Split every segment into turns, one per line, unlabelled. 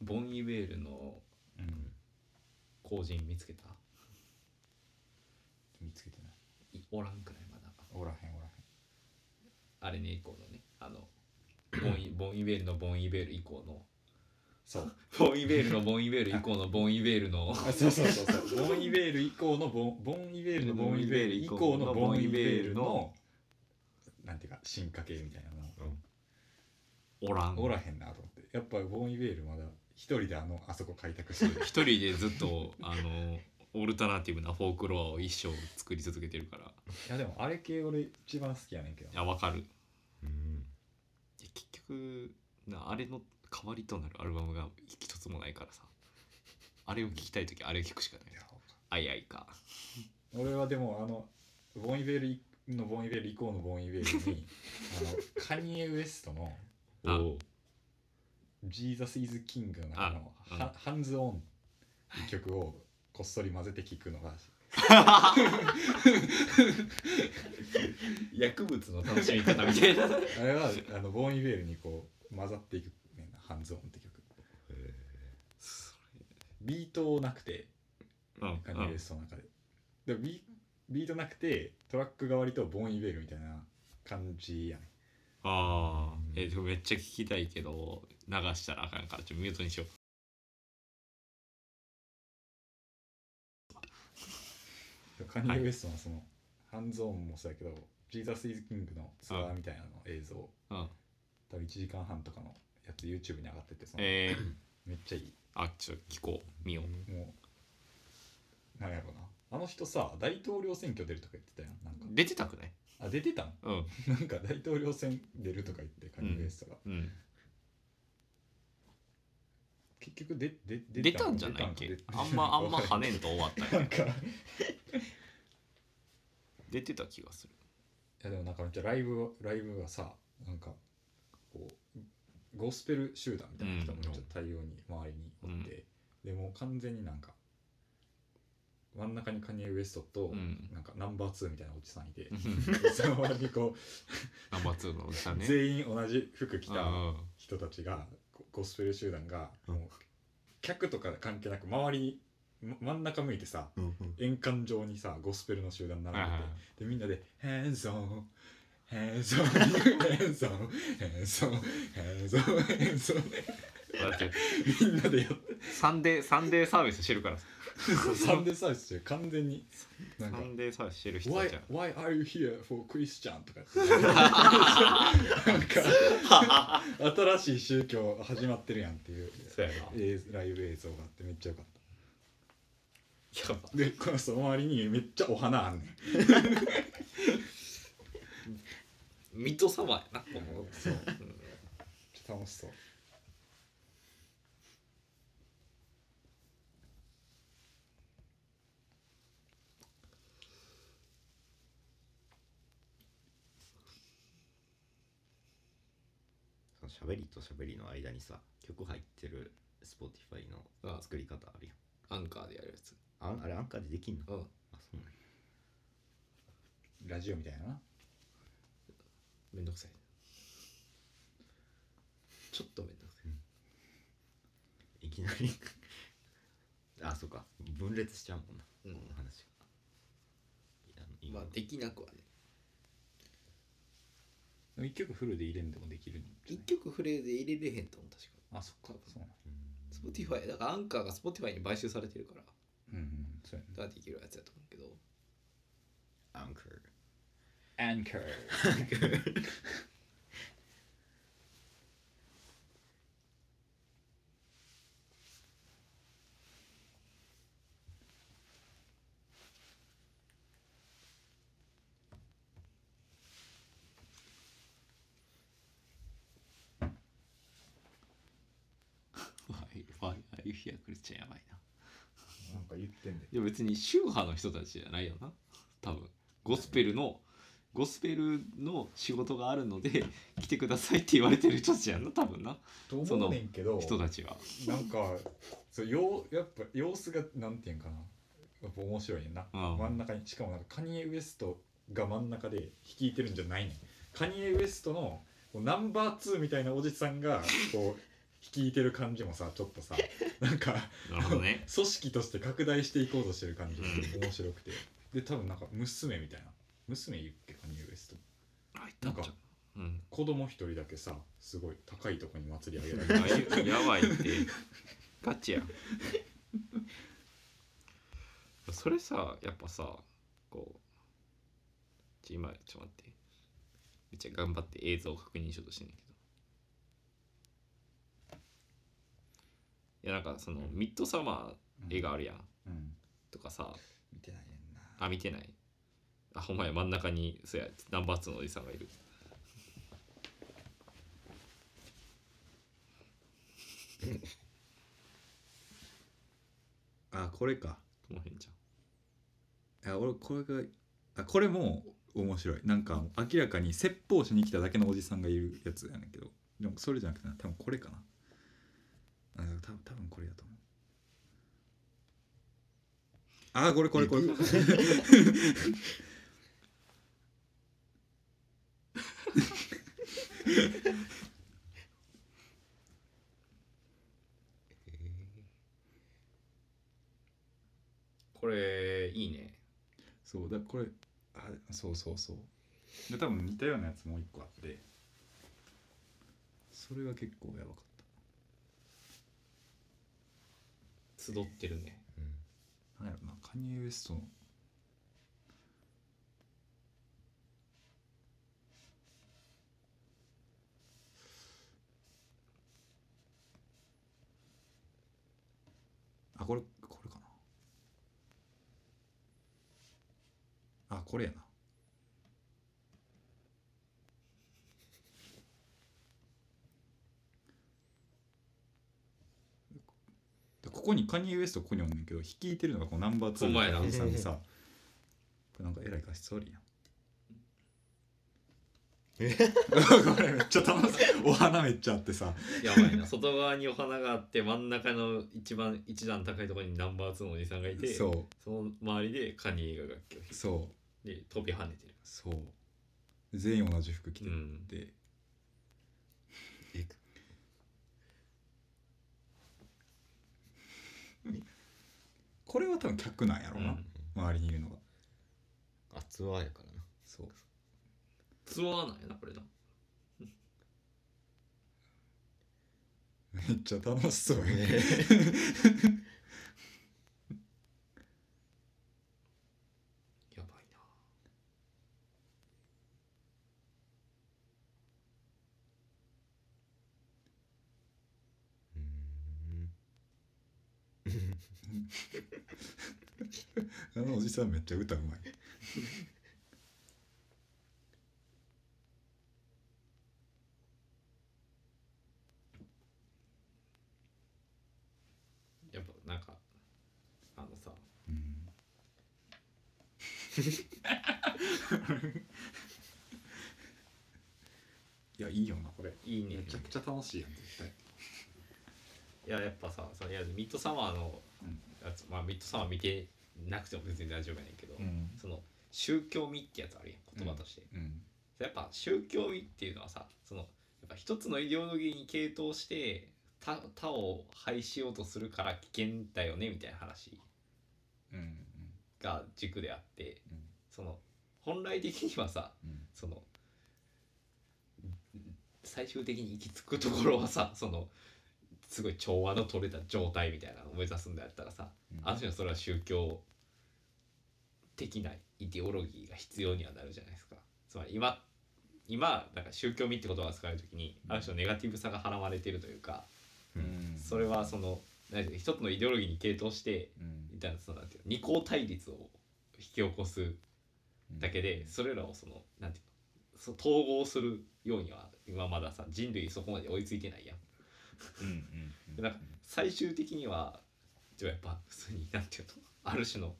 ボン・イベールの
うん
後人見つけた
見つけてない
いおらんくないまだ
おらへんおらへん
あれね以降のねあのボ ンイボンイベールのボンイベール以降の
そう
ボンイベールのボンイベール以降のボンイベールの
あそうそうそうそうボン・イベール以降のボンボン・イベールのボン・イベール以降のボン・イベールのなんていうか進化系みたいなの
おらん
おらへんなと思ってやっぱボン・イベールまだ一人であのあそこ開拓してる
一人でずっとあのオルタナティブなフォークロアを一生作り続けてるから
いやでもあれ系俺一番好きやねんけど
いやわかる
うん
いや結局なあれの代わりとなるアルバムが一つもないからさあれを聴きたい時あれを聴くしかない
いや
あいあいか
俺はでもあのボン・イベールのボン・イベール以降のボン・イベールにあのカニエ・ウエストの
あ
お
「ジーザス・イズ・キング」の中の
あうん
ハ「ハンズ・オン」っていう曲をこっそり混ぜて聴くのが
薬物の楽しみ方みたいな
あれはあのボン・イベールにこう混ざっていくねんなハンズ・オンって曲
え
ビートなくて
うん
カニエ・ウエストの中ででもビビートなくてトラック代わりとボン・イベールみたいな感じやね
ああえでもめっちゃ聞きたいけど流したらあかんからちょっとミュートにしよう
でもカニエ・ウエストのその、ハンズ・オンもそうやけど「ジーザス・イズ・キング」のツアーみたいなの映像
うん
多分1時間半とかのやつ YouTube に上がっててその、
えー、
めっちゃいい
あちょっと聞こう見よう
もうなんやろうなあの人さ大統領選挙出るとか言ってたやんなんか
出てたくない
あ出てたん
うん
なんか大統領選出るとか言ってカニエ・ウエストが、
うん
結局でで
出たんじゃないっけ
出た
あ
の
んまあんま
出た
跳
の
ねんと終わったんや
なんかい
出てた気がする
やでもなんかめっちゃライブライブがさなんかこうゴスペル集団みたいな人もめっちゃ大量に周りにおって、でもう完全になんか真ん中にカニエ・ウエストと、
うん
なんかナンバー2みたいなおじさんいて、
うん
その周りにこう
ナンバーツーのおじさんね
全員同じ服着
う
た
ん
人たちがゴゴスペル集団が
うん
もう客とか関係なく周りま真ん中向いてさ
えうん
円環状にさゴスペルの集団並ん
はいはいは
でてでみんなで「ヘンソンヘンソンヘンソンヘンソンヘンソンヘンソン」
いだって
みん なでやって
サンデーサンデーサービスしてるからさ
サンデーサービス中完全になん
サ
か
ンデーサービスしてる
「
人た
Why,
ちやん
why are you here for Christian?」とかやって なんか新しい宗教始まってるやんっていう
そうやな
えーライブ映像があってめっちゃ良かっ
やば
たでこの人周りにめっちゃお花あんねん
水戸様やなこのそう
ちょっと楽しそう
その喋りと喋りの間にさ曲入ってる Spotify
あ
の作り方あるやん
アンカーでやるやつ
あんあれアンカーでできんの
うん
あそうなんや
ラジオみたいなな
めんどくさいちょっとめんどくさい
いきなりあそうか分裂しちゃうもんな、
うん
この話がいや今
まあ
の
できなくはね
でも一曲フルで入れんでもできるんじゃ
一
ない
曲フレーズ入れれへんと思う確か
あそっかそうなん
うん
スポティファイだからアンカーがスポティファイに買収されてるから
うんうんそうや
だからできるやつやと思うけど
アンカー
ねアンカー
はいはいはいひやくるちゃんやばいな
なんか言ってんで
いや別に宗派の人たちじゃないよな多分ゴスペルのゴスペルの仕事があるので来てくださいって言われてる人たちやんな多分な
と思うねんけど
人たちは
なんかそうようやっぱ様子がなんていうんかなやっぱ面白いねんな
うん
真ん中にしかもなんかカニエ・ウエストが真ん中で率いてるんじゃないねんカニエ・ウエストのこうナンバー2みたいなおじさんがこう率いてる感じもさちょっとさなんか
なるほどね
組織として拡大していこうとしてる感じが面白くてで多分なんか娘みたいな娘いるっけカニエウエスト
あいったんちゃううん
子供一人だけさすごい高いとこに祭り上げ られ
あ
て
いや ばいってガチやんそれさやっぱさこうちょ今ちょっと待ってめっちゃ頑張って映像を確認しようとしてんねんけどいやなんかそのミッドサマー映画あるやん
うん
とかさ
見てないねんな
あ見てないあほんまや真ん中にそうやナンバー2のおじさんがいる
あこれか
この辺じゃん
あ
俺これがあこれも面白いなんか明らかに説法しに来ただけのおじさんがいるやつやねんけどでもそれじゃなくてな多分これかなあ多分多分これだと思うあこれこれこれ
これいいね
そうだこれあそうそうそうで多分似たようなやつもう一個あってそれが結構やばかっ
集ってるね
たなんやろなカニエウエストのあこれこれかなあこれやなでここにカニエ・ウエストここにおんねんけど率いてるのがこのナンバー2
ほんまやな
のさんでさこれなんかえらい画質悪いやん これめっちゃ楽しいお花めっちゃあってさ
やばいな外側にお花があって真ん中の一番一段高いところにナンバー2のおじさんがいてそ
そ
の周りでカニ映画楽器を弾いう
そう
てで飛び跳ねてる
そう全員同じ服着て
うん
て、これは多分客なんやろう
う
な、
ん
周りにいるのが
あツアーやからな
そう
ツアーなんやなこれな
めっちゃ楽しそうやね
やばいな
あのおじさんめっちゃ歌うまい
やっぱなんかあのさ
うんいやいいよなこれ
いいね
めちゃくちゃ楽しいやん絶対
いややっぱさそのいやミッドサマーの
うん
やつ、まあ、ミッドサマー見てなくても全然大丈夫やねんけど、
ん
その宗教味ってやつあるやん言葉として、
うん
やっぱ宗教意っていうのはさそのやっぱ一つのイデオロギーに傾倒して他他を廃しようとするから危険だよねみたいな話
うん
が軸であって
うん
その本来的にはさ
うん
その最終的に行き着くところはさそのすごい調和の取れた状態みたいなのを目指すんだったらさある種のそれは宗教的なイデオロギーが必要にはなるじゃないですかつまり今今なんか宗教味って言葉を使う時にある種のネガティブさがはらまれてるというか
うん
それはその何て言うの一つのイデオロギーに傾倒して
うん
みたいなそのなんていうの二項対立を引き起こすだけでそれらをそのなんていうのそ統合するようには今まださ人類そこまで追いついてないやん
うんうんうん
でなんか最終的にはじゃあやっぱ普通になんていうのある種の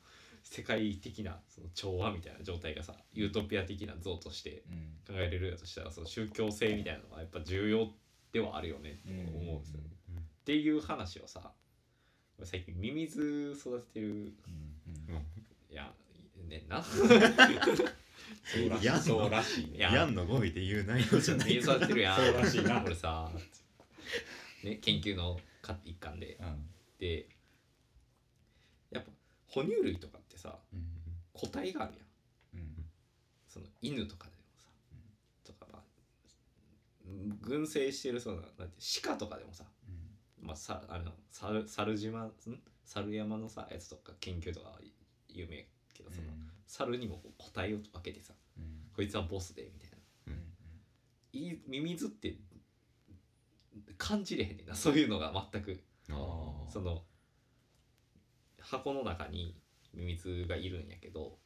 世界的なその調和みたいな状態がさユートピア的な像として
う
考
ん
えれるやとしたらその宗教性みたいなのはやっぱ重要ではあるよねって思うんですよね。っていう話をさ最近ミミズ育ててる
うん
いやねんな
そうらしい
やんの
そうらしいね
い
やんの語尾で言う内容じゃな
ミミ
い
ズ育ててるやん
そうらしいな
俺さね、研究のか一環で
うん
でやっぱ哺乳類とかってさ
うん
個体があるやん
うん
その犬とかでもさ、とかまあうん群生してるそのなんて鹿とかでもさ、
うん
まあ、さあの猿猿島ん猿山のさやつとか研究とかはい有名やけどその、猿にもこう個体を分けてさ
うん
こいつはボスでみたいな
うん
いいミミズって感じれへんねんなそういうのが全く
あー
その箱の中にミミズがいるんやけど、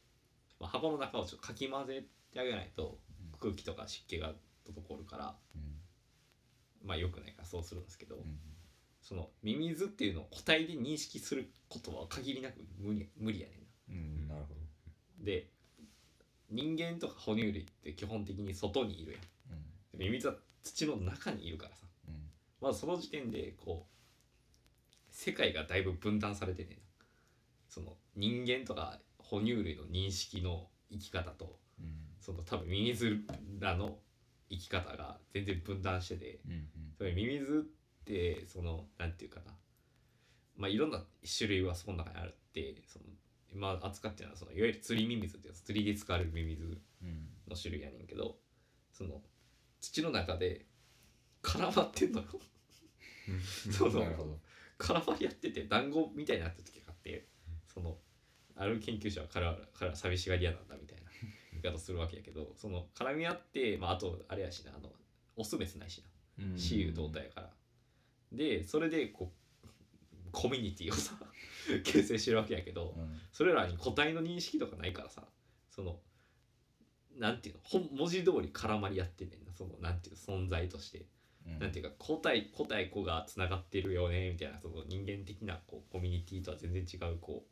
まあ、箱の中をちょっとかき混ぜてあげないと
うん
空気とか湿気が滞るから
うん
まあよくないからそうするんですけど、
うん
そのミミズっていうのを個体で認識することは限りなく無理無理やねんな。
うんなるほど
で人間とか哺乳類って基本的に外にいるやん。
うん
ミミズは土の中にいるからさ
うん
まずその時点でこう世界がだいぶ分断されてんねんな。その人間とか哺乳類の認識の生き方と
うん
その多分ミミズらの生き方が全然分断してて。
うん
それミミズってそのなんていうかなまあいろんな種類はその中にあるってその今扱ってるのはそのいわゆる釣りミミズっていうの釣りで使われるミミズ
うん
の種類やねんけどその土の中で絡まってんのよそうそう
なるほど
絡まり合ってて団子みたいになった時があってそのある研究者は彼は彼は寂しがり屋なんだみたいな言い方するわけやけどその絡み合ってまああとあれやしなあのオスメスないしな雌雄同体やから。でそれでこうコミュニティをさ 形成してるわけやけど
うん
それらに個体の認識とかないからさそのなんていうのほん文字通り絡まり合ってんねんなそのなんていうの存在として、
うん
なんていうか個体個体子がつながってるよねみたいなその人間的なこうコミュニティとは全然違うこ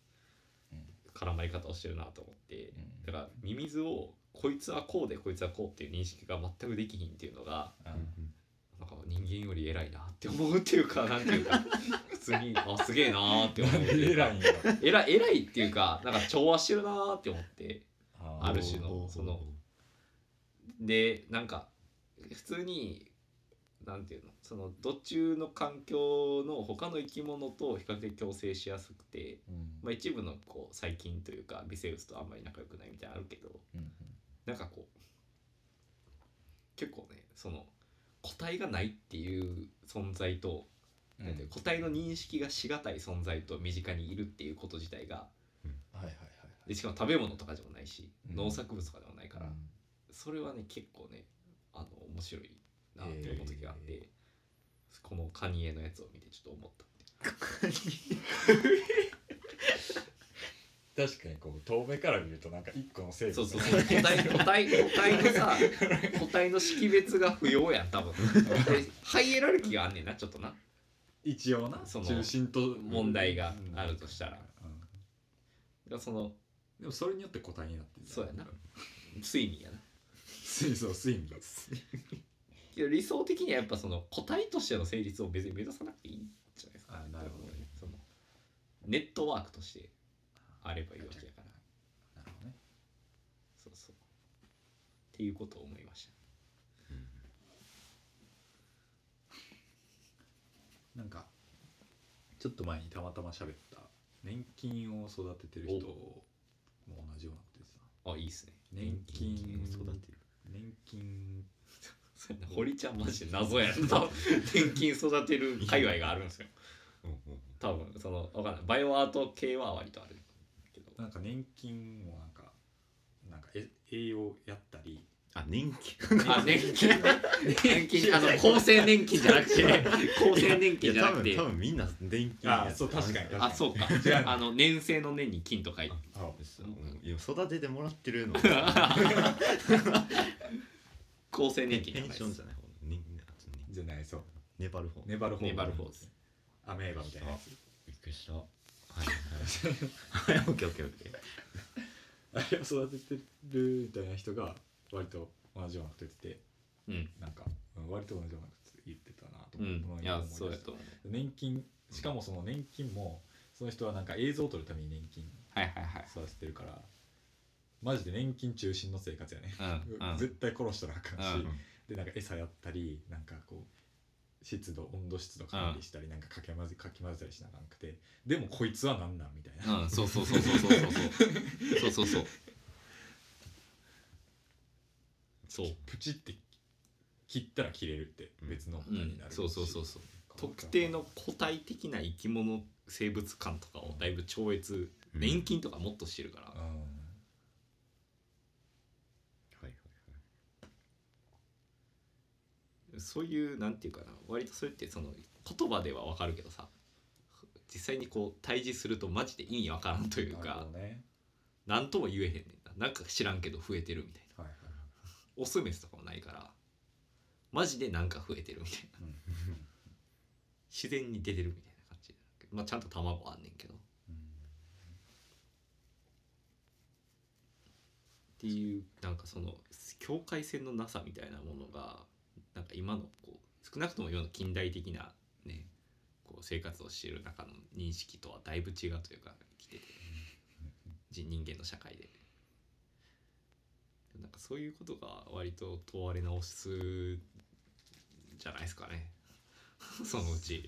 うん
う絡まり方をしてるなと思って
うん
だからミミズをこいつはこうでこいつはこうっていう認識が全くできひんっていうのが
うん
なんか人間より偉いなって思うっていうかなんていう か普通にあすげえなーって思うっていうか
偉いんや
偉い偉いっていうかなんか調和してるなーって思って
あー
ある種のそのでなんか普通になんていうのその土中の環境の他の生き物と比較的共生しやすくて、
うん
まあ、一部のこう細菌というか微生物とあんまり仲良くないみたいなのあるけど
うん
なんかこう結構ねその個体がないっていう存在と
うん
なんて個体の認識がしがたい存在と身近にいるっていうこと自体が
はいはいはい
でしかも食べ物とかでもないし、
うん
農作物とかでもないから、
うん
それはね結構ねあの面白いなって思う時があって、このカニエのやつを見てちょっと思ったって
確かにこう遠目から見るとなんか一個の成
そう
分
そうそう個体個体個体のさ個体の識別が不要やん多分でハイエラルキーがあんねんなちょっとな
一応な
その
中心と
問題があるとしたら
うん
だからその
でもそれによって個体になってる
そうやな睡眠やな
水素睡眠
けど理想的にはやっぱその個体としての成立を別に目指さなくていいんじゃないですか
あなるほどね
そのネットワークとしてあればいいわけやから
なるほどね
そうそうっていうことを思いました
なんかちょっと前にたまたま喋った年金を育ててる人も同じようなことでさ
あいいっすね
年金
年金
育てる年金
そうやな堀ちゃんマジで謎や な多分年金育てる界隈があるんですよ多分そのわかんないバイオアート系は割とあるけど
なんか年金もなんかなんかえ栄養やったり
あ人気
あ年金 年金あの厚生年金じゃなくて厚生年金じゃなくて
多分みんな電気
あそうかあの年生の年に金と書いて
育ててもらってるの
厚生
ペ
年金じゃ
ン
ない
シ
で
ョン
す
じゃない方
じゃないそう
粘る方
粘る方
ネバルフォーズ
アメーバみたいなやつ
びっくりしたはい はいオッケーオッケーオッケー
あれを育ててるみたいな人が割と同じようなこと言ってて
うん
なんかうん割と同じようなこと言ってたなと
う
思って
んいやそうやと思う
年金しかもその年金もその人はなんか映像を撮るために年金
はいはいはい
育ててるからマジで年金中心の生活やね
うんうん
絶対殺したらあかんし、
うん
でなんか餌やったりなんかこう湿度温度湿度管理したりなんかかけ混ぜかき混ぜたりしなあかんくてでもこいつはなんなんみたいな、
うん、そうそうそうそうそうそうそうそうそうそう
プチって切ったら切れるって別の
う
答えに
ん
なるし、
そうそうそうそう特定の個体的な生き物生物感とかをだいぶ超越
うん
年金とかもっとしてるから
うん、
はい
そういうなんていうかな割とそれってその言葉ではわかるけどさ実際にこう対峙するとマジで意味わからんという
なる
か
ほどね
何とも言えへんねんななんか知らんけど増えてるみたいな
はいはい
オスメスとかもないからマジでなんか増えてるみたいな
うん
自然に出てるみたいな感じまあちゃんと卵はあんねんけどっ
うん
ていうなんかその境界線のなさみたいなものがなんか今のこう少なくとも今の近代的なねこう生活をしている中の認識とはだいぶ違うというか来てて人人間の社会でなんかそういうことが割と問われ直すじゃないですかねそのう ち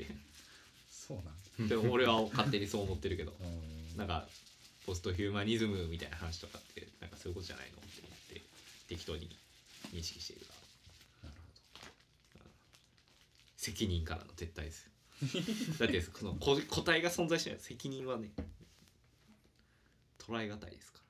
そうな ん
でも俺は勝手にそう思ってるけど
うん
なんかポストヒューマニズムみたいな話とかってなんかそういうことじゃないのって思って適当に認識しているから
なる
責任からの撤退ですだってその個個体が存在しない責任はね捉え難いですか